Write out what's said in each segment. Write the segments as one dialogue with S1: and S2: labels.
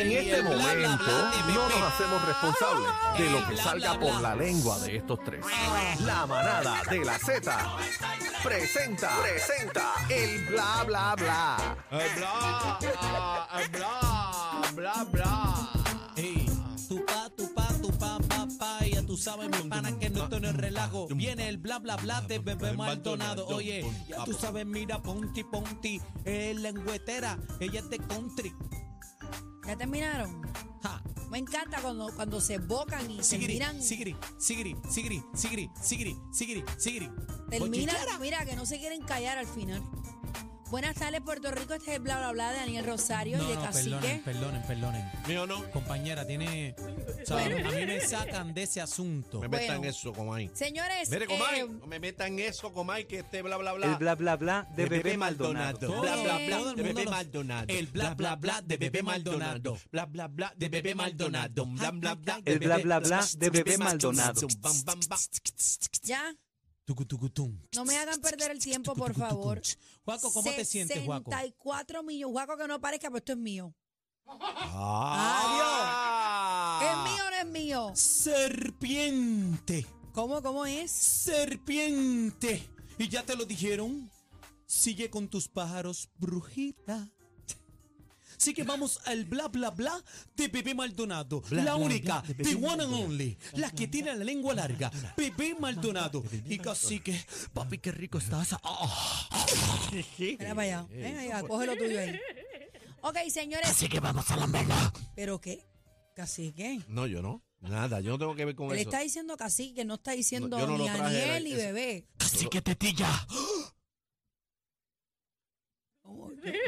S1: En este momento no nos hacemos responsables de lo que salga por la lengua de estos tres. La manada de la Z presenta, presenta el bla bla bla.
S2: El
S3: Eh,
S2: bla, el bla, bla, bla.
S3: Ey, tu pa, tu pa, tu pa, pa, pa, ya tú sabes, mi pana, que no esto no es relajo. Viene el bla, bla, bla de bebé Ah, Maldonado. Oye, ya tú sabes, mira, Ponti, Ponti, es lengüetera, ella es de country.
S4: ¿Ya terminaron?
S3: Ja.
S4: Me encanta cuando, cuando se bocan y
S3: Sigiri,
S4: terminan.
S3: sigiri, sigiri, sigiri, sigiri, sigiri, sigiri, sigiri.
S4: terminan,
S3: Bochichera.
S4: mira, que no se quieren callar al final. Buenas tardes, Puerto Rico. Este es el bla bla bla de Daniel Rosario y de Cacique.
S3: perdonen, perdonen, perdonen.
S2: Mío no.
S3: Compañera, tiene... o sea, a mí me sacan de ese asunto.
S2: Me
S4: Bueno.
S2: metan eso, Comay.
S4: Señores,
S2: Mire, Comay,
S4: eh,
S2: no me metan eso, Comay, que este bla, bla, bla.
S5: El bla bla bla de,
S3: Este
S2: Bebé
S5: Bebé, Maldonado.
S2: Maldonado.
S3: Bla, bla, bla,
S4: Todo
S3: de
S2: el mundo
S3: Bebé
S2: lo-
S3: Maldonado. El bla, bla, bla de Bebé Maldonado.
S2: Bla, bla, bla de Bebé Maldonado. Bla, bla, bla de
S5: El bla,
S2: Bebé-
S5: bla, bla de Bebé Maldonado.
S2: Bam, bam, bam.
S4: ya,
S3: Tucutucutum.
S4: no me hagan perder el tiempo, por
S3: Tucutucutum.
S4: favor.
S3: Juaco, ¿cómo te sientes, Juaco?
S4: 64 millones. Juaco, que no parezca, pero esto es mío.
S2: Ah.
S3: Ah.
S4: ¿Es mío o no es mío?
S3: Serpiente.
S4: ¿Cómo, cómo es?
S3: Serpiente. Y ya te lo dijeron. Sigue con tus pájaros, brujita. Así que vamos al bla bla bla de Bebé Maldonado. la única, the one and only, la que tiene la lengua larga, Bebé Maldonado. Y casi que, papi, qué rico estás. Ah.
S4: Mira para allá. Ven allá, coge lo tuyo ahí. Ok, señores. Así que vamos a la ¿Pero qué? Cacique.
S2: No, yo no. Nada, yo no tengo que ver con
S4: Él
S2: eso.
S4: está diciendo cacique, no está diciendo
S2: yo no
S4: ni
S2: lo traje, era
S4: Daniel ni
S2: eso.
S4: bebé.
S3: Casi que tetilla.
S4: ¿Cómo? Yo- bueno,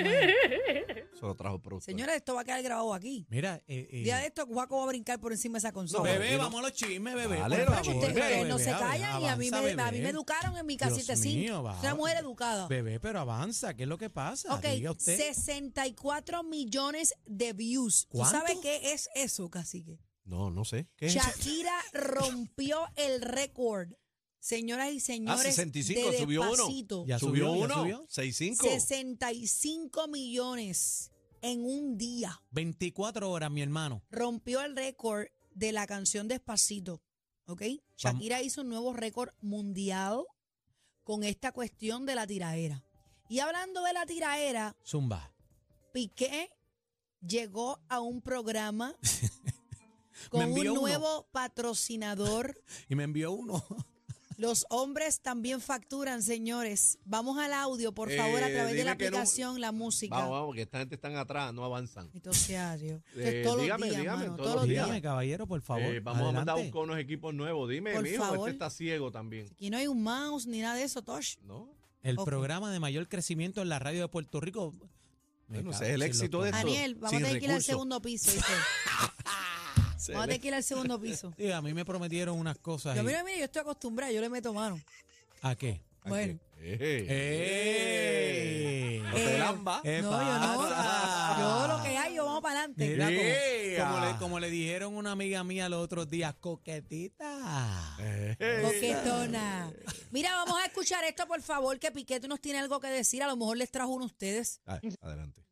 S2: Eso lo trajo el productor.
S4: Oh, Señores, esto va a quedar grabado aquí.
S3: Mira, eh, eh,
S4: Día de esto, Guaco va a brincar por encima de esa consola.
S3: bebé, vamos a los chismes, bebé.
S2: Dale,
S3: por
S2: vamos,
S3: favor,
S4: Ustedes
S2: bebé,
S4: no se
S3: bebé,
S4: callan y a mí, me,
S3: avanza,
S4: a mí me
S3: bebé.
S4: educaron en mi
S3: Dios
S4: casita
S3: mío, va.
S4: Soy una mujer educada.
S3: Bebé, pero avanza, ¿qué es lo que pasa?
S4: Ok,
S3: Diga usted.
S4: 64 millones de views. ¿Tú
S3: ¿Cuánto?
S4: sabes qué es eso, cacique?
S2: No, no sé. ¿Qué es eso?
S4: Shakira rompió el récord. Señoras y señores,
S2: 65,
S4: de
S2: subió uno.
S4: Despacito.
S3: Ya
S2: ¿Subió
S3: subió, ya
S2: uno?
S3: subió.
S2: ¿Seis, cinco?
S4: 65 millones en un día.
S3: 24 horas, mi hermano.
S4: Rompió el récord de la canción Despacito. ¿Ok? Shakira hizo un nuevo récord mundial con esta cuestión de la tiraera. Y hablando de la tiraera,
S3: Zumba.
S4: Piqué llegó a un programa
S3: Me
S4: con un
S3: envió uno.
S4: nuevo patrocinador.
S3: Y me envió uno.
S4: Los hombres también facturan, señores. Vamos al audio, por favor, a
S2: Eh,
S4: través de la
S2: dime que no-
S4: aplicación, la música.
S2: Vamos, vamos, que esta gente están atrás, no avanzan.
S4: Entonces, adiós. Esto es
S2: Eh,
S4: todos
S2: dígame,
S4: los días,
S2: dígame,
S4: mano,
S2: todos
S4: todos
S2: los
S4: los
S2: días.
S4: días.
S3: Dígame, caballero, por favor.
S2: Eh, vamos a mandar
S3: adelante.
S2: un- con unos equipos nuevos. Dime,
S4: Por
S2: mijo,
S4: favor.
S2: este está ciego también.
S4: Aquí no hay un mouse ni nada de eso, Tosh.
S2: ¿No?
S3: El
S4: Ok.
S3: programa de mayor crecimiento en la radio de Puerto Rico. Me
S2: Bueno, ese
S3: cago
S2: es el
S3: en
S2: éxito
S3: los
S2: de-
S3: cojones.
S4: Daniel, vamos a
S2: sin
S4: tener que ir al
S2: recursos.
S4: segundo piso. ¿viste?
S2: Se
S4: Vamos a
S2: le-
S4: tener que ir al segundo piso.
S3: Sí, a mí me prometieron unas cosas.
S4: Yo,
S3: y-
S4: mira, mira, yo estoy acostumbrada, yo le meto mano.
S3: ¿A qué?
S4: Bueno,
S2: Eh,
S3: ¡Eh!
S2: No te
S4: Eh,
S2: lamba.
S3: ¿Qué
S4: no, yo
S3: pasa?
S4: no. Yo lo que hay, yo vamos para
S3: Mira, como,
S4: adelante.
S2: ¡Ea!
S3: como le, como le dijeron una amiga mía los otros días, coquetita.
S2: Eh.
S4: Coquetona. Mira, vamos a escuchar esto, por favor, que Piquete nos tiene algo que decir. A lo mejor les trajo uno a ustedes.
S2: Ah, adelante.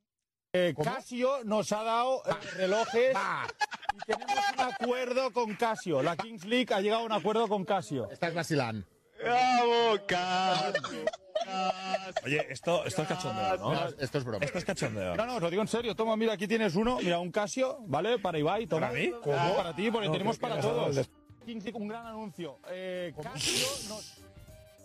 S6: Casio nos ha dado eh, relojes y tenemos un acuerdo con Casio. La Kings League ha llegado a un acuerdo con Casio. Estás vacilando. Oye, esto, esto es cachondeo, ¿no? Esto es broma. Esto es cachondeo. No, no, os lo digo en serio. Toma, mira, aquí tienes uno. Mira, un Casio, ¿vale? Para Ibai. Toma. ¿Para mí? Para ti, porque tenemos para todos. Kings League, un gran anuncio. Eh, Casio nos...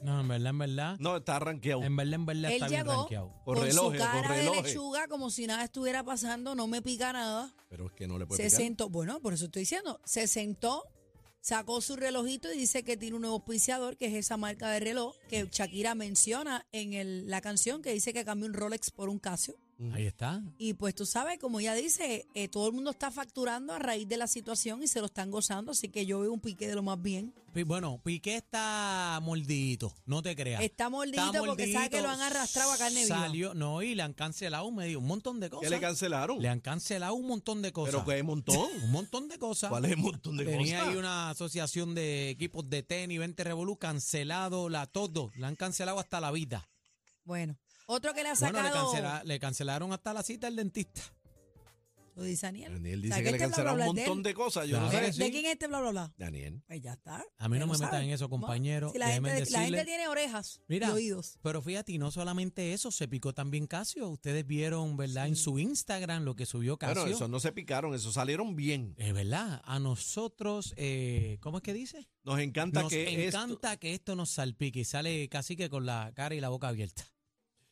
S3: No, en verdad, en verdad.
S2: No, está rankeado.
S5: Em.
S3: En verdad, en verdad
S4: Él
S3: está bien
S4: llegó
S3: rankeado.
S2: Con
S4: con su
S2: relojes, con
S4: cara de
S2: relojes.
S4: lechuga como si nada estuviera pasando, no me pica nada.
S2: Pero es que no le puede
S4: Se
S2: picar.
S4: sentó, bueno, por eso estoy diciendo, se sentó, sacó su relojito y dice que tiene un nuevo auspiciador, que es esa marca de reloj que Shakira menciona en el- la canción, que dice que cambió un Rolex por un Casio.
S3: Ahí está.
S4: Y pues tú sabes, como ella dice, eh, todo el mundo está facturando a raíz de la situación y se lo están gozando, así que yo veo un pique de lo más bien.
S3: Pi- Bueno, Piqué está mordidito, no te creas.
S4: Está mordidito porque sabe que lo han arrastrado a carne viva.
S3: Salió, no, y le han cancelado medio, un montón de
S2: ¿Qué
S3: cosas.
S2: le cancelaron?
S3: Le han cancelado un montón de cosas.
S2: Pero que hay un montón.
S3: Un montón de cosas.
S2: ¿Cuál es el montón de
S3: Tenía
S2: cosas?
S3: ahí una asociación de equipos de tenis, 20 Revolú, cancelado la todo. Le han cancelado hasta la vida.
S4: Bueno, otro que le ha
S3: Bueno, le,
S4: sacado...
S3: cancela- le cancelaron hasta la cita al dentista.
S4: lo dice Daniel.
S2: Daniel
S4: O
S2: dice
S4: sea,
S2: que le
S4: este bla, bla,
S2: cancelaron un
S4: bla es de
S2: montón de cosas. Yo no
S3: Claro.
S2: sé.
S4: él.
S3: cosas,
S4: ¿De
S3: sí.
S4: quién es este bla, bla, bla?
S2: Daniel.
S4: Pues ya está.
S3: A mí no
S4: Ya
S3: me
S4: lo
S3: metan
S4: saben.
S3: en eso,
S4: Bueno,
S3: compañero.
S4: Si la,
S3: Déjenme
S4: gente, la gente
S3: decirle-
S4: tiene orejas
S3: Mira,
S4: y oídos.
S3: pero fíjate, y no solamente eso, se picó también Casio. Ustedes vieron, ¿verdad? En su Instagram lo que subió Casio.
S2: Bueno, esos no se picaron, esos salieron bien.
S3: Es Eh, verdad, a nosotros, eh, ¿cómo es que dice?
S2: Nos encanta
S3: Nos
S2: que
S3: encanta que esto nos salpique y sale casi que con la cara y la boca abierta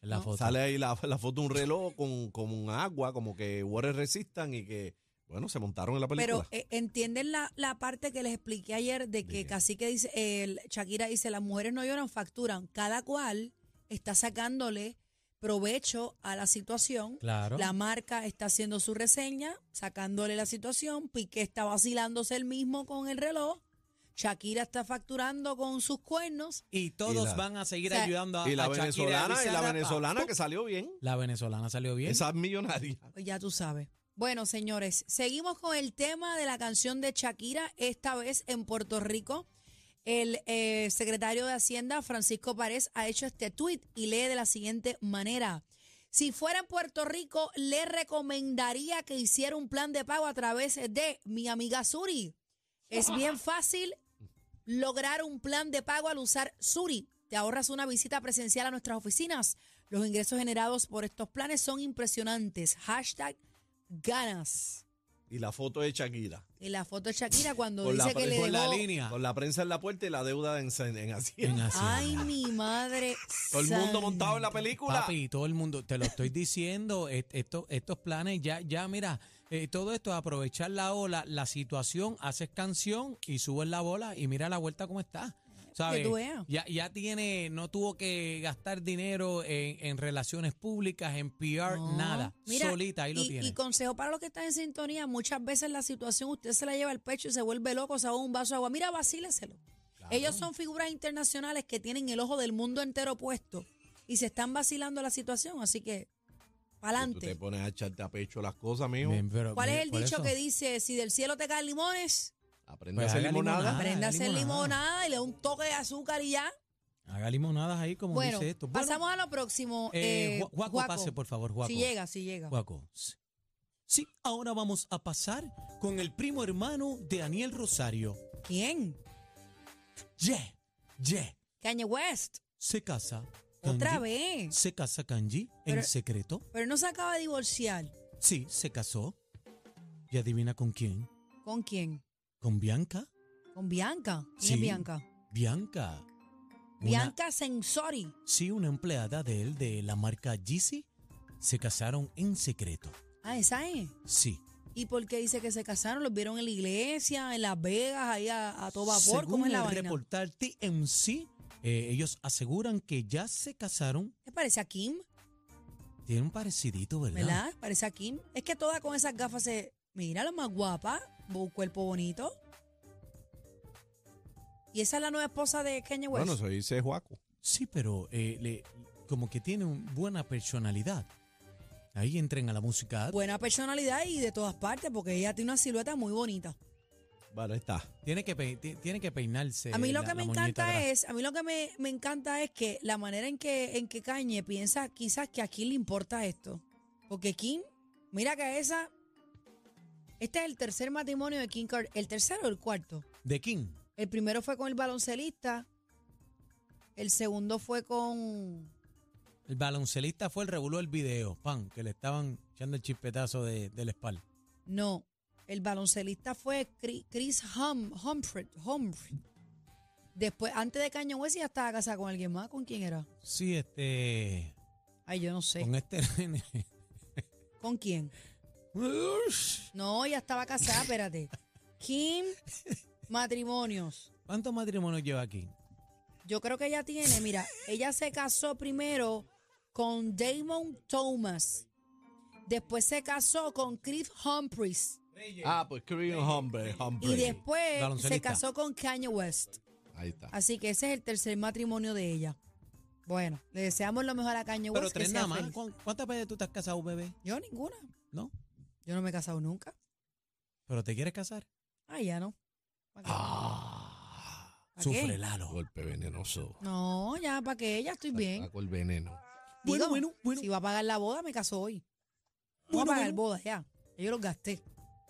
S3: en la
S2: esto-
S3: foto.
S2: sale ahí la, la foto de un reloj con, con un agua, como que water resistan y que, bueno, se montaron en la película.
S4: Pero eh, entienden la, la parte que les expliqué ayer de que
S2: Dije.
S4: casi que dice, el, Shakira dice, las mujeres no lloran, facturan. Cada cual está sacándole provecho a la situación.
S3: Claro.
S4: La marca está haciendo su reseña, sacándole la situación. Piqué está vacilándose el mismo con el reloj. Shakira está facturando con sus cuernos.
S3: y todos
S2: Y la-
S3: van a seguir
S4: O sea,
S3: ayudando eh, a
S2: y la
S3: a Shakira
S2: venezolana, y la
S3: Bizarrap.
S2: venezolana
S3: ¡Pum!
S2: que salió bien.
S3: La venezolana salió bien.
S2: Esa es millonaria.
S4: Pues ya tú sabes. Bueno, señores, seguimos con el tema de la canción de Shakira, esta vez en Puerto Rico. El eh, secretario de Hacienda, Francisco Párez, ha hecho este tuit y lee de la siguiente manera. Si fuera en Puerto Rico, le recomendaría que hiciera un plan de pago a través de mi amiga Suri. Es bien fácil lograr un plan de pago al usar Suri. Te ahorras una visita presencial a nuestras oficinas. Los ingresos generados por estos planes son impresionantes. Hashtag ganas.
S2: Y la foto de Shakira.
S4: En la foto de Shakira cuando
S2: Con la
S4: dice que
S2: pre-
S4: le
S3: con la
S4: dejó...
S3: línea.
S2: Con la prensa en la puerta y la deuda en, en Hacienda.
S3: En Hacienda.
S4: Ay, mi madre.
S2: Todo el mundo
S4: santa.
S2: montado en la película.
S3: Papi, todo el mundo, te lo estoy diciendo, est- esto- estos planes, ya, ya, mira, eh, todo esto, aprovechar la ola, la situación, haces canción y subes la bola y mira la vuelta cómo está. ¿Sabes?
S4: tú veas.
S3: Ya, ya tiene, no tuvo que gastar dinero en, en relaciones públicas, en PR,
S4: No.
S3: nada.
S4: Mira,
S3: Solita, ahí lo
S4: y,
S3: tiene.
S4: Y consejo para los que están en sintonía, muchas veces la situación usted se la lleva al pecho y se vuelve loco, se ahoga un vaso de agua. Mira, vacíleselo. Ellos son figuras internacionales que tienen el ojo del mundo entero puesto y se están vacilando la situación, así
S2: Y
S4: que
S2: Tú te
S4: pa'lante.
S2: pones a echarte a pecho las cosas, mijo.
S3: Bien, pero-
S4: ¿Cuál es
S3: bien,
S4: el
S3: por
S4: dicho
S3: eso.
S4: que dice, si del cielo te caen limones,
S2: Aprende
S3: Pues
S2: a hacer
S3: haga
S2: limonada.
S3: limonada.
S4: aprende a hacer
S3: limonada.
S4: limonada y le da un toque de azúcar y ya?
S3: Haga limonadas ahí, como
S4: bueno,
S3: dice esto. Bueno,
S4: pasamos a lo próximo.
S3: eh,
S4: eh,
S3: Gua- Guaco,
S4: Guaco.
S3: pase, por favor, Guaco.
S4: Si llega, si llega.
S3: Guaco. Sí, ahora vamos a pasar con el primo hermano de Daniel Rosario.
S4: ¿Quién?
S3: Ye, ye,
S4: Kanye West.
S3: se casa.
S4: Otra
S3: Kanji.
S4: vez.
S3: ¿Se casa Kanji
S4: Pero-
S3: en secreto?
S4: Pero no se acaba de divorciar.
S3: Sí, se casó. ¿Y adivina con quién?
S4: ¿Con quién?
S3: ¿Con Bianca?
S4: Con Bianca. ¿Quién
S3: Sí.
S4: es Bianca?
S3: Bianca. Una-
S4: Bianca Sensori.
S3: sí, una empleada de él de la marca Yeezy. Se casaron en secreto.
S4: Ah, esa es.
S3: Sí.
S4: ¿Y por qué dice que se casaron? ¿Los vieron en la iglesia, en Las Vegas, ahí a, a todo vapor?
S3: Según
S4: ¿Cómo es la
S3: el
S4: vaina?
S3: reportar TMC, eh, ellos aseguran que ya se casaron.
S4: ¿Te parece a Kim?
S3: Tiene un parecidito, ¿verdad?
S4: ¿Verdad? Parece a Kim. Es que toda con esas gafas se... Mira, la más guapa, un cuerpo bonito. Y esa es la nueva esposa de Kanye West.
S2: Bueno, eso dice Juaco.
S3: Sí, pero eh, le- como que tiene un- buena personalidad. Ahí entren a la música.
S4: Buena personalidad y de todas partes, porque ella tiene una silueta muy bonita.
S2: Vale, está.
S3: Tiene que, pe- ti- tiene que peinarse.
S4: A mí lo
S3: este, la-
S4: que me
S3: la moñita atrás.
S4: encanta es, a mí lo que me, me encanta es que la manera en que en que Cañe piensa quizás que a Kim le importa esto. Porque Kim, mira que esa este es el tercer matrimonio de Kim Kardashian, el tercero o el cuarto.
S3: De King.
S4: El primero fue con el baloncelista. El segundo fue con
S3: El baloncelista fue el revolú del video, pan, que le estaban echando el chispetazo de, de la espalda.
S4: no, el baloncelista fue Cri- Chris Hum, Humphrey, Humphrey. Después, antes de Cañón West, ya estaba casada con alguien más. ¿Con quién era?
S3: Sí, este.
S4: Ay, yo no sé.
S3: Con este nene.
S4: ¿Con quién? No, ya estaba casada, espérate. Kim, matrimonios.
S3: ¿Cuántos matrimonios lleva aquí?
S4: Yo creo que ella tiene, mira, ella se casó primero con Damon Thomas. Después se casó con Cliff Humphries.
S2: Ah, pues Korean Hombre.
S4: Y
S2: hombre.
S4: después se
S3: Baloncelista.
S4: casó con Kanye West.
S2: Ahí está.
S4: Así que ese es el tercer matrimonio de ella. Bueno, le deseamos lo mejor a Kanye West.
S3: Pero
S4: que
S3: tres
S4: sea
S3: nada más.
S4: feliz.
S3: ¿Cuán- ¿Cuántas veces tú te has casado, bebé?
S4: Yo ninguna.
S3: ¿No?
S4: Yo no me he casado nunca.
S3: ¿Pero te quieres casar?
S4: Ah, ya no. ¿Para qué? Ah. ¿Para qué?
S3: Súfrelalo.
S2: Golpe venenoso.
S4: No, ya, ¿para qué? Ya estoy bien.
S2: Saco el veneno.
S3: Bueno,
S4: Digo,
S3: bueno, bueno.
S4: Si va a pagar la boda, me caso hoy. Voy
S3: Bueno,
S4: a pagar
S3: bueno.
S4: bodas ya. Yo los gasté.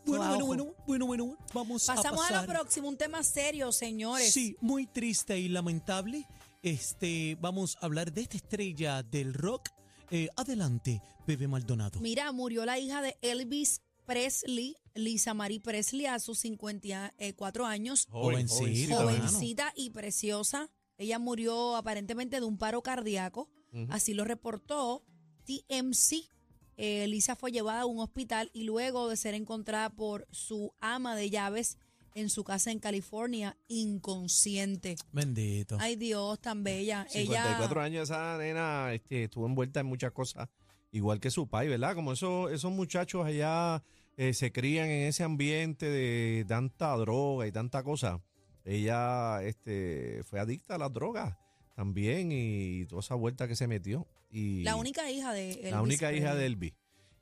S3: Bueno,
S4: Todo a
S3: bueno,
S4: ojo.
S3: bueno, bueno, bueno. Vamos
S4: Pasamos
S3: a
S4: a,
S3: pasar.
S4: lo próximo, un tema serio, señores.
S3: Sí, muy triste y lamentable. Este, vamos a hablar de esta estrella del rock. Eh, adelante, Bebé Maldonado.
S4: Mira, murió la hija de Elvis Presley, Lisa Marie Presley, a sus 54 años.
S2: Joven,
S3: Jovencita,
S2: jovencita.
S3: mano.
S4: jovencita y preciosa. Ella murió aparentemente de un paro cardíaco, así lo reportó TMC. Eh, Lisa fue llevada a un hospital y luego de ser encontrada por su ama de llaves en su casa en California, inconsciente.
S3: Bendito.
S4: Ay Dios, tan bella.
S2: 54
S4: Ella,
S2: años esa nena este, estuvo envuelta en muchas cosas, igual que su país, ¿verdad? Como esos, esos muchachos allá eh, se crían en ese ambiente de tanta droga y tanta cosa. Ella este, fue adicta a las drogas también y, toda esa vuelta que se metió. Y
S4: la única hija de
S2: la
S4: Elvis
S2: única hija
S4: Presley.
S2: de Elvis.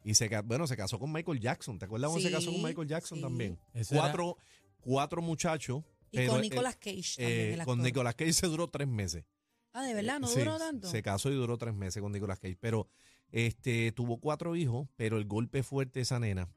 S2: Y se, ca- bueno, se casó con Michael Jackson. ¿Te acuerdas cuando se casó con
S4: Sí,
S2: Michael Jackson
S4: sí.
S2: también?
S3: Ese era-
S2: Cuatro, cuatro muchachos.
S4: Y
S2: pero,
S4: con
S2: eh,
S4: Nicolas Cage también,
S2: eh,
S4: el actor.
S2: con Nicolas Cage se duró tres meses.
S4: Ah, de verdad, no
S2: Sí,
S4: duró tanto.
S2: Se casó y duró tres meses con Nicolas Cage. Pero este tuvo cuatro hijos, pero el golpe fuerte de esa nena.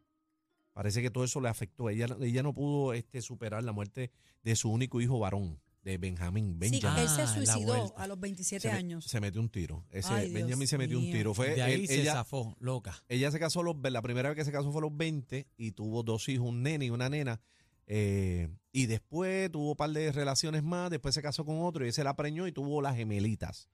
S2: Parece que todo eso le afectó. Ella, ella no pudo este, superar la muerte de su único hijo varón, de Benjamín.
S4: Sí,
S2: Benjamin.
S4: él se
S3: Ah, la
S4: suicidó
S3: vuelta.
S4: a los 27
S2: se, me-
S4: años.
S2: se metió un tiro. Ese
S4: Ay, Dios
S2: Benjamin se metió un
S4: mío.
S2: tiro. Fue,
S3: de ahí
S2: él-
S3: se
S2: ella,
S3: zafó, loca.
S2: ella se casó, a los, la primera vez que se casó fue a los 20 y tuvo dos hijos, un nene y una nena. Eh, y después tuvo un par de relaciones más, después se casó con otro y se la preñó y tuvo las gemelitas.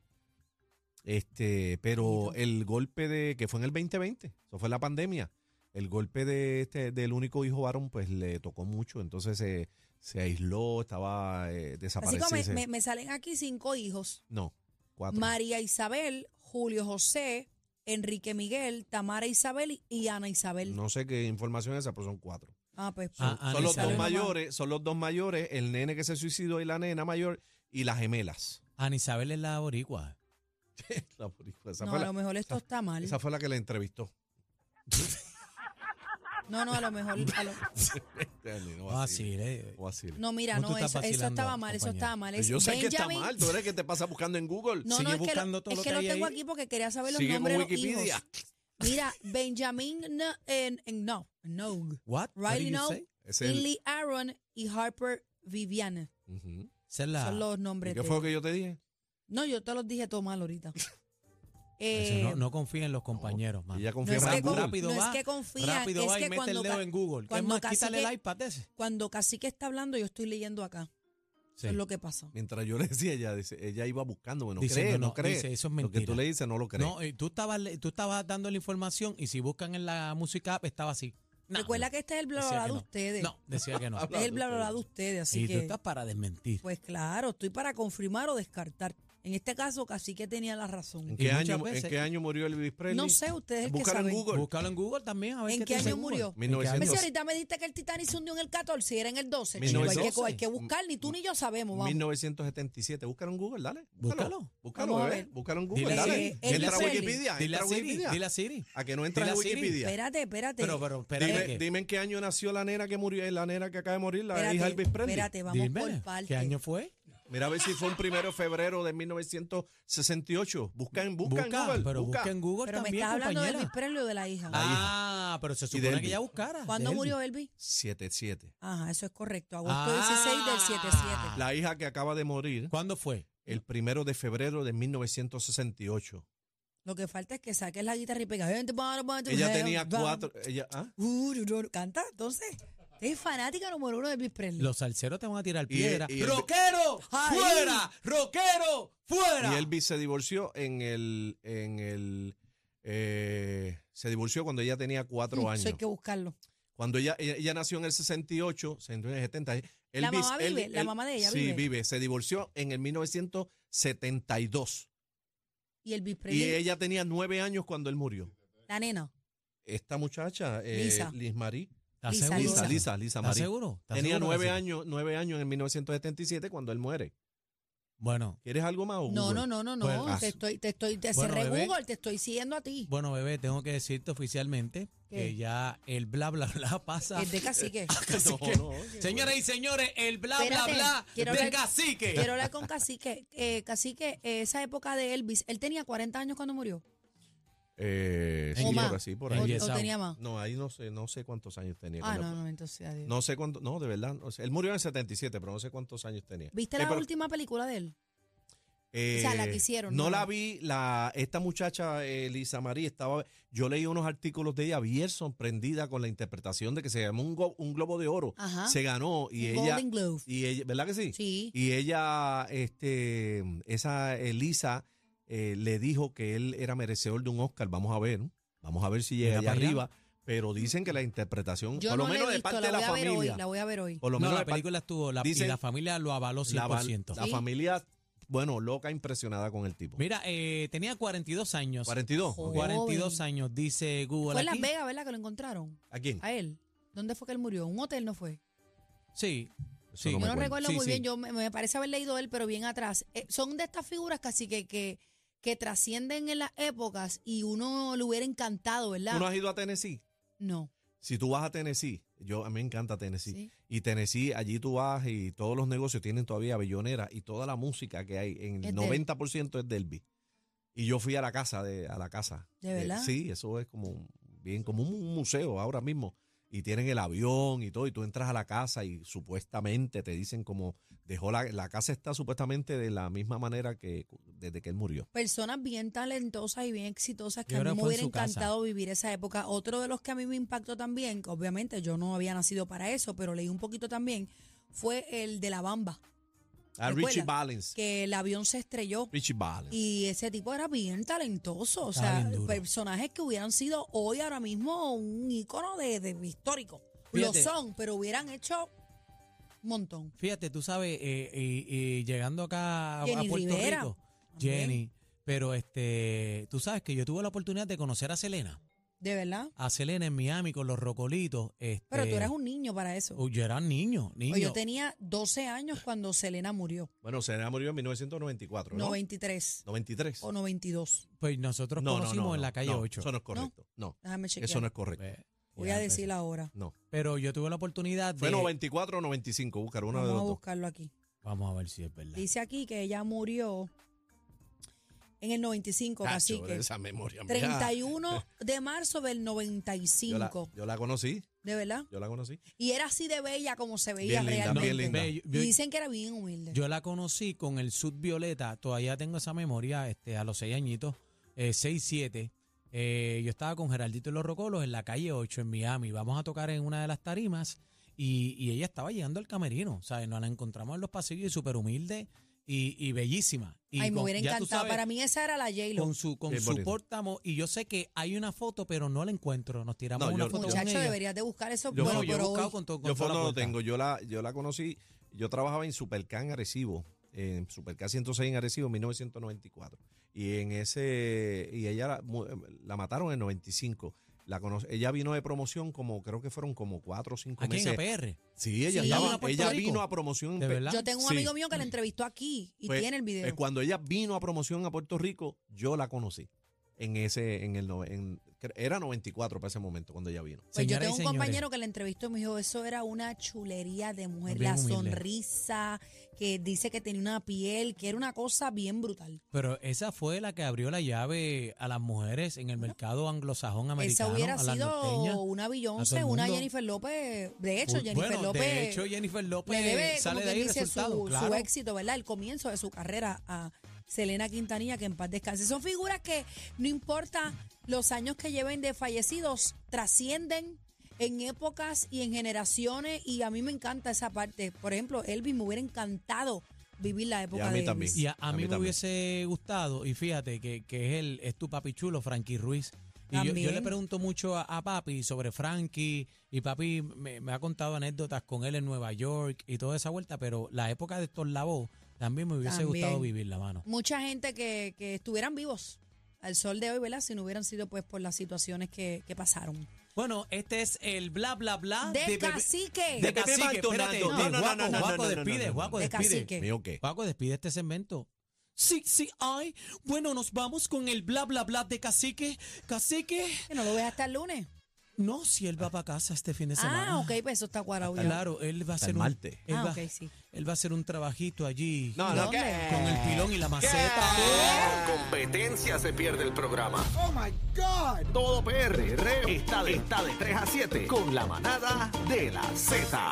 S2: Este, pero
S4: Bendito.
S2: el golpe de, que fue en el 2020, eso fue en la pandemia, el golpe de este, del único hijo varón, pues le tocó mucho, entonces se, se aisló, estaba eh,
S4: Así
S2: desaparecido.
S4: como me,
S2: se-
S4: me- me salen aquí cinco hijos.
S2: no, cuatro.
S4: María Isabel, Julio José, Enrique Miguel, Tamara Isabel y- y Ana Isabel.
S2: No sé qué información es esa, pero son cuatro.
S4: Ah, pues.
S3: Ah,
S4: pues,
S3: Ana
S2: son los
S3: Isabel.
S2: dos
S4: Mamá.
S2: mayores, son los dos mayores, el nene que se suicidó y la nena mayor y las gemelas.
S3: Ana Isabel es la boricua.
S2: La boricua, esa,
S4: No,
S2: fue
S4: a
S2: la,
S4: lo mejor esto
S2: esa-
S4: está mal.
S2: esa fue la que la entrevistó.
S4: No, no, a lo mejor. a lo-
S2: No
S3: Ah,
S2: vacile,
S3: sí, eh.
S2: no vacile.
S4: no, mira,
S3: No, tú
S4: no,
S3: estás
S4: eso, eso
S3: vacilando,
S4: estaba mal, eso
S3: compañero.
S4: estaba mal. Es
S2: Pues Yo sé que está
S4: Benjamin-
S2: mal, tú eres que te pasa buscando en Google.
S4: No,
S3: Sigue
S4: no, es que,
S3: buscando
S4: lo,
S3: todo
S4: es
S3: lo
S4: que
S3: que
S4: lo
S3: hay
S4: tengo
S3: ahí.
S4: aquí porque quería saber los
S2: Sigue
S4: nombres
S2: con
S4: de los hijos.
S2: Wikipedia.
S4: Mira, Benjamin No, en- en- no, no.
S3: What? What do
S4: Riley
S3: you
S4: No,
S3: say?
S2: Es el-
S4: Lily Aaron y Harper Viviana.
S2: Ujú.
S3: Esa es la-
S4: Son los nombres
S2: ¿Y ¿Qué
S4: de
S2: fue lo que yo te dije?
S4: No, yo te los dije todo mal ahorita.
S3: Eso,
S4: Eh,
S3: no, no confía en los compañeros, mano.
S2: Ella
S4: no
S2: confía
S4: es,
S2: más
S4: que
S2: en
S4: con-
S2: Google.
S3: rápido
S4: no es
S3: va,
S4: que confía,
S3: Rápido
S4: es
S3: va y
S4: que
S3: mete
S4: cuando,
S3: el dedo
S4: ca-
S3: en Google. Es
S4: cuando
S3: más,
S4: casi
S3: quítale
S4: que-
S3: el iPad ese.
S4: cuando Cacique está hablando, yo estoy leyendo acá. Eso es lo que pasa.
S2: Mientras yo le decía, ella, dice, ella iba buscando, bueno,
S3: Dice,
S2: cree,
S3: no,
S2: no,
S3: no,
S2: cree.
S3: dice, eso es
S2: Lo que tú
S3: mentira.
S2: le dices no lo cree.
S3: No, eh, tú estabas, le- tú estabas dando la información y si buscan en la música app estaba así. No,
S4: Recuerda que este es el bla bla
S3: Decía
S4: bla
S3: que
S4: de
S3: no.
S4: ustedes.
S3: No, decía que no.
S4: Este es el bla bla bla de ustedes, así
S3: y tú
S4: que.
S3: estás para desmentir.
S4: Pues claro, estoy para confirmar o descartar. En este caso, Cacique tenía la
S2: ¿En,
S4: razón.
S3: Y
S2: qué
S3: muchas
S2: año,
S3: veces-
S2: ¿En qué año murió Elvis Presley?
S4: No sé, ustedes el que
S2: Búscalo en
S4: saben.
S2: Google.
S3: Búscalo en Google también a ver
S4: ¿En qué
S3: te
S4: año
S3: dice
S4: murió?
S3: Google.
S2: 1900.
S4: Pero Pues, si
S2: Dios.
S4: ahorita me dijiste que el Titanic se hundió en el 14 y era en el 12. chico, hay, que,
S2: 1912.
S4: hay que buscar, ni tú ni yo sabemos. Vamos.
S2: 1977. Búscalo en Google, dale.
S3: Búscalo.
S2: Búscalo,
S4: Vamos a
S2: bebé.
S4: ver.
S2: Búscalo en Google,
S3: Dile a
S2: dale.
S3: Siri. Dile
S2: entra
S3: a
S2: a
S3: Siri.
S2: Wikipedia.
S3: Dile a
S2: entra a
S3: Siri.
S2: Wikipedia.
S3: Dile a Siri.
S2: A que no entra
S3: Dile
S2: en
S3: a Siri.
S2: Wikipedia.
S4: Espérate, espérate.
S3: Pero, pero, espérate.
S2: Dime,
S3: que-
S2: dime en qué año nació la nena que murió, la nena que acaba de morir, la
S4: espérate,
S2: hija Elvis Presley.
S4: espérate, vamos
S3: dime,
S4: por partes.
S3: ¿Qué año fue?
S2: Mira a ver si fue un primero de febrero de 1968. Busca en, busca en Google.
S3: pero
S2: busca.
S3: busca en Google
S4: Pero me
S3: también,
S4: estás hablando de Elvis
S3: compañera.
S4: Presley o de la hija.
S3: Ah, pero se supone
S2: Elvis.
S3: que ya buscara.
S4: ¿Cuándo
S3: de
S4: murió
S3: Elvis.
S4: Elvis?
S2: 77.
S4: Ajá, eso es correcto. Agosto
S3: Ah.
S4: 16 del 77.
S2: La hija que acaba de morir
S3: ¿Cuándo fue?
S2: el primero de febrero de 1968.
S4: Lo que falta es que saques la guitarra y pegas.
S2: Ella tenía cuatro. Ella, ¿ah?
S4: Uh, ru, ru, ru. Canta, entonces. Usted es fanática número uno de Elvis Presley.
S3: Los salseros te van a tirar
S2: Y-
S3: piedra.
S2: y el-
S3: ¡Roquero!
S4: Ay.
S3: ¡Fuera! ¡Roquero! ¡Fuera!
S2: Y Elvis se divorció en el. En el eh, se divorció cuando ella tenía cuatro
S4: Mm,
S2: años.
S4: eso hay que buscarlo.
S2: Cuando ella, ella, ella nació en el 68, se entró en el 70. Elvis,
S4: mamá vive,
S2: Elvis-
S4: la mamá de ella
S2: sí,
S4: vive.
S2: Se divorció en el 1972.
S4: Y Elvis Presley,
S2: Y ella tenía nueve años cuando él murió.
S4: la nena.
S2: Esta muchacha, eh,
S4: Lisa.
S2: Liz Marie.
S3: ¿Estás
S4: Lisa,
S3: seguro?
S2: Lisa,
S4: Lisa.
S2: Lisa, Lisa
S3: ¿Estás
S2: Marie.
S3: seguro? ¿Estás
S2: Tenía
S3: seguro,
S2: nueve
S3: Lisa?
S2: años, nueve años en 1977 cuando él muere.
S3: Bueno,
S2: ¿Quieres algo más? Hugo?
S4: No, no, no, no, no.
S3: Pues,
S2: Oh, ah,
S4: te estoy, te estoy, te
S3: Bueno,
S4: cerré
S3: bebé.
S4: Google, te estoy siguiendo a ti.
S3: bueno, bebé, tengo que decirte oficialmente
S4: ¿Qué?
S3: que ya el bla bla bla pasa.
S4: Es de cacique.
S3: Así que,
S2: no, oye,
S3: señoras y señores, el bla
S4: Espérate,
S3: bla bla
S4: quiero
S3: de
S4: hablar-
S3: cacique.
S4: Quiero hablar con Cacique. Eh, cacique, eh, esa época de Elvis, él tenía 40 años cuando murió.
S2: Eh,
S3: En
S2: sí,
S3: Yesao.
S2: por así, por
S4: O,
S2: ahí.
S3: En
S4: o
S3: Yesao.
S4: tenía más.
S2: No, ahí no sé, no sé cuántos años tenía.
S4: Ah,
S2: cuando-
S4: no, no, entonces adiós.
S2: No sé cuánto, no, de verdad. o sea, él murió en el 77, pero no sé cuántos años tenía.
S4: ¿Viste
S2: Eh,
S4: la
S2: pero,
S4: última película de él?
S2: eh,
S4: o sea, la que hicieron,
S2: No
S4: ¿no?
S2: la vi, la, esta muchacha, eh, Lisa María, estaba, yo leí unos artículos de ella bien sorprendida con la interpretación de que se llamó un, go- un globo de oro.
S4: Ajá.
S2: Se ganó y ella,
S4: Golden Globe.
S2: y ella, ¿verdad que sí?
S4: Sí.
S2: Y ella, este, esa Elisa eh, le dijo que él era merecedor de un Oscar. Vamos a ver, ¿no? vamos a ver si llega
S3: Mira
S2: allá
S3: para allá.
S2: arriba. Pero dicen que la interpretación,
S4: Yo
S2: por lo
S4: no la
S2: menos
S4: he
S2: de
S4: visto,
S2: parte
S4: la
S2: de
S4: voy
S2: la
S4: a ver hoy,
S2: familia,
S4: la voy a ver hoy.
S2: por lo
S3: no,
S2: menos
S3: la
S2: de parte-
S3: película estuvo la, y
S2: Dicen-
S3: la familia lo avaló
S2: la, val-
S3: 100%.
S2: la
S4: Sí.
S2: familia, bueno, loca, impresionada con el tipo.
S3: Mira, eh, tenía 42 años.
S2: 42.
S4: Joder.
S2: ok.
S3: 42 años, dice Google.
S4: Fue en Las
S3: aquí.
S4: Vegas, ¿verdad? Que lo encontraron.
S2: ¿A quién?
S4: A él. ¿Dónde fue que él murió? ¿Un hotel no fue?
S3: Sí,
S2: Eso
S3: sí.
S2: no
S4: Yo
S2: me
S4: no
S2: acuerdo.
S4: recuerdo
S3: Sí,
S4: muy
S3: sí.
S4: bien, yo me, me parece haber leído él, pero bien atrás. Eh, son de estas figuras casi que, que, que trascienden en las épocas y uno le hubiera encantado, ¿verdad?
S2: ¿Tú no has ido a Tennessee?
S4: No.
S2: Si tú vas a Tennessee, yo a mí me encanta Tennessee.
S4: Sí.
S2: Y Tennessee, allí tú vas y todos los negocios tienen todavía bellonera y toda la música que hay, en
S4: Es
S2: el
S4: del-
S2: 90% es Derby. Y yo fui a la casa de a la casa. Eh,
S4: ¿De verdad?
S2: sí, eso es como un- bien como un museo ahora mismo y tienen el avión y todo y tú entras a la casa y supuestamente te dicen como dejó la, la casa está supuestamente de la misma manera que cu- desde que él murió.
S4: Personas bien talentosas y bien exitosas que
S3: Yo
S4: a
S3: creo
S4: mí
S3: que
S4: me
S3: fue en
S4: hubiera
S3: su casa.
S4: encantado vivir esa época. Otro de los que a mí me impactó también, que obviamente yo no había nacido para eso, pero leí un poquito también, fue el de La Bamba,
S2: A
S4: Recuerda
S2: Ah, Richie Valens.
S4: que el avión se estrelló.
S2: Richie Valens.
S4: Y ese tipo era bien talentoso, o
S3: Estaba
S4: sea,
S3: bien duro.
S4: personajes que hubieran sido hoy ahora mismo un ícono de, de histórico.
S3: Fíjate.
S4: Lo son, pero hubieran hecho un montón.
S3: fíjate, tú sabes, eh, eh, eh, llegando acá a-
S4: Jenny
S3: a Puerto
S4: Rivera,
S3: Rico,
S4: también.
S3: Jenny, pero este, tú sabes que yo tuve la oportunidad de conocer a Selena,
S4: De verdad.
S3: a Selena en Miami con los Rocolitos. Este,
S4: Pero
S2: Eh,
S4: tú eras un niño para eso.
S3: Oh, yo era niño, niño.
S4: Oye, yo tenía 12 años cuando Selena murió.
S2: Bueno, se murió en 1994, ¿no?
S4: 93
S2: 93.
S4: o 92.
S3: Pues nosotros conocimos en la calle
S2: no,
S3: 8.
S2: Eso no es correcto. No,
S4: Déjame chequear.
S2: eso no es correcto.
S3: Pues,
S4: Voy a
S3: fíjate.
S4: decirla ahora.
S2: No.
S3: Pero yo tuve la oportunidad de.
S2: Fue 94 o 95, buscar uno de
S4: Vamos a
S2: los dos.
S4: buscarlo aquí.
S3: Vamos a ver si es verdad.
S4: Dice aquí que ella murió en el 95,
S2: Cacho,
S4: así que
S2: esa ah. memoria. mira.
S4: 31 de marzo del
S2: Yo la,
S4: 95.
S2: yo la conocí,
S4: ¿De verdad?
S2: yo la conocí.
S4: Y era así de bella como se veía
S2: Bien linda,
S3: No,
S4: realmente.
S2: bien linda.
S3: ve, yo- yo-
S4: Y dicen que era bien humilde.
S3: Yo la conocí con el Sud Violeta, todavía tengo esa memoria, este, a los seis añitos, eh, seis, siete. Eh, yo estaba con Geraldito y los Rocolos en la calle 8 en Miami. Vamos a tocar en una de las tarimas y, y ella estaba llegando al camerino. ¿sabes? Nos la encontramos en los pasillos y súper humilde y, y bellísima. Y
S4: Ay, me
S3: con-
S4: hubiera
S3: ya tú
S4: encantado.
S3: sabes,
S4: Para mí esa era la J-Lo.
S3: Con su, con
S2: Bien
S3: su
S2: bonito.
S3: portamo. Y yo sé que hay una foto, pero no la encuentro. Nos tiramos
S2: No,
S3: una
S2: yo-
S3: foto con
S4: Muchacho,
S3: ella.
S4: deberías de buscar eso.
S2: Yo-
S3: No,
S4: bueno,
S3: yo he
S4: pero
S3: buscado
S4: hoy-
S3: con todo con
S2: Yo
S3: toda
S2: foto
S3: la
S2: no lo
S3: puerta.
S2: tengo, yo la, yo la conocí, yo trabajaba en Supercan Arecibo, en Supercan 106 en Arecibo en 1994. Y en ese, y ella la, mu- la mataron en 95. La cono- ella vino de promoción como, creo que fueron como cuatro o cinco
S3: ¿A quién?
S2: meses.
S3: ¿A PR?
S2: Sí, ella,
S4: Sí.
S2: estaba-
S4: ¿Vino a
S3: Puerto
S2: ella
S3: Rico?
S2: vino a promoción. en
S3: ¿De
S2: Pe-
S3: verdad?
S4: yo tengo un
S2: Sí.
S4: amigo mío que la entrevistó aquí y
S2: Pues,
S4: tiene el video.
S2: pues, cuando ella vino a promoción a Puerto Rico, yo la conocí. En ese, en el, no- en- cre- era 94 para ese momento cuando ella vino.
S4: Pues yo
S3: Señoras y
S4: tengo un
S3: señores.
S4: compañero que la entrevistó y me dijo, eso era una chulería de mujer,
S3: Bien
S4: la
S3: humilde.
S4: sonrisa, que dice que tenía una piel, que era una cosa bien brutal.
S3: Pero esa fue la que abrió la llave a las mujeres en el mercado anglosajón americano.
S4: esa hubiera
S3: a las norteñas.
S4: sido una Beyoncé,
S3: el
S4: una
S3: mundo.
S4: Jennifer López. De hecho,
S3: Bu-
S4: Jennifer
S3: bueno,
S4: López
S3: De hecho, Jennifer López
S4: le debe,
S3: sale
S4: como
S3: de
S4: que
S3: ahí
S4: dice,
S3: resultado.
S4: su, su
S3: claro.
S4: éxito, ¿verdad? El comienzo de su carrera a Selena Quintanilla, que en paz descanse. Son figuras que no importa los años que lleven de fallecidos, trascienden. en épocas y en generaciones y a mí me encanta esa parte. Por ejemplo, Elvis me hubiera encantado vivir la época
S2: a mí
S4: de
S2: también.
S4: Elvis.
S2: Y
S3: Y a, a
S2: A mí
S3: mí, me
S2: también.
S3: hubiese gustado, y fíjate que, que es, el, es tu papi chulo, Frankie Ruiz. Y yo- yo,
S4: También.
S3: le pregunto mucho a, a papi sobre Frankie, y papi me, me ha contado anécdotas con él en Nueva York y toda esa vuelta, pero la época de estos lavos también me hubiese
S4: También.
S3: gustado vivir la mano.
S4: Mucha gente que, que estuvieran vivos al sol de hoy, ¿verdad? Si no hubieran sido pues por las situaciones que, que pasaron.
S3: Bueno, este es el bla bla bla
S4: De,
S3: Pepe-
S4: cacique.
S3: Ah, de Cacique,
S7: Maldonado.
S3: espérate,
S7: No, no,
S3: de
S7: no,
S3: Guaco,
S7: no, no, no,
S3: Guaco,
S7: no,
S3: despide,
S7: no, no.
S3: Guaco,
S4: De
S3: despide.
S4: cacique.
S2: ¿Mío qué?
S3: Paco, despide este segmento. Sí, sí, ay. Bueno, nos vamos con el bla, bla, bla de cacique. Cacique.
S4: Que no lo ves hasta el lunes.
S3: No, si él va para casa este fin de semana.
S4: Ah, ok, pues eso está cuadrado ya.
S3: Claro, él va a
S2: Hasta
S3: hacer
S2: el
S3: un,
S2: martes.
S3: Él,
S4: Ah,
S3: va,
S4: ok, sí.
S3: él va a hacer un trabajito allí.
S2: No, no,
S4: ¿Dónde?
S2: ¿qué?
S3: Con el pilón y la maceta.
S1: Por competencia se pierde el programa. Oh my God. Todo PR está de, está de 3 a 7 con la manada de la Z.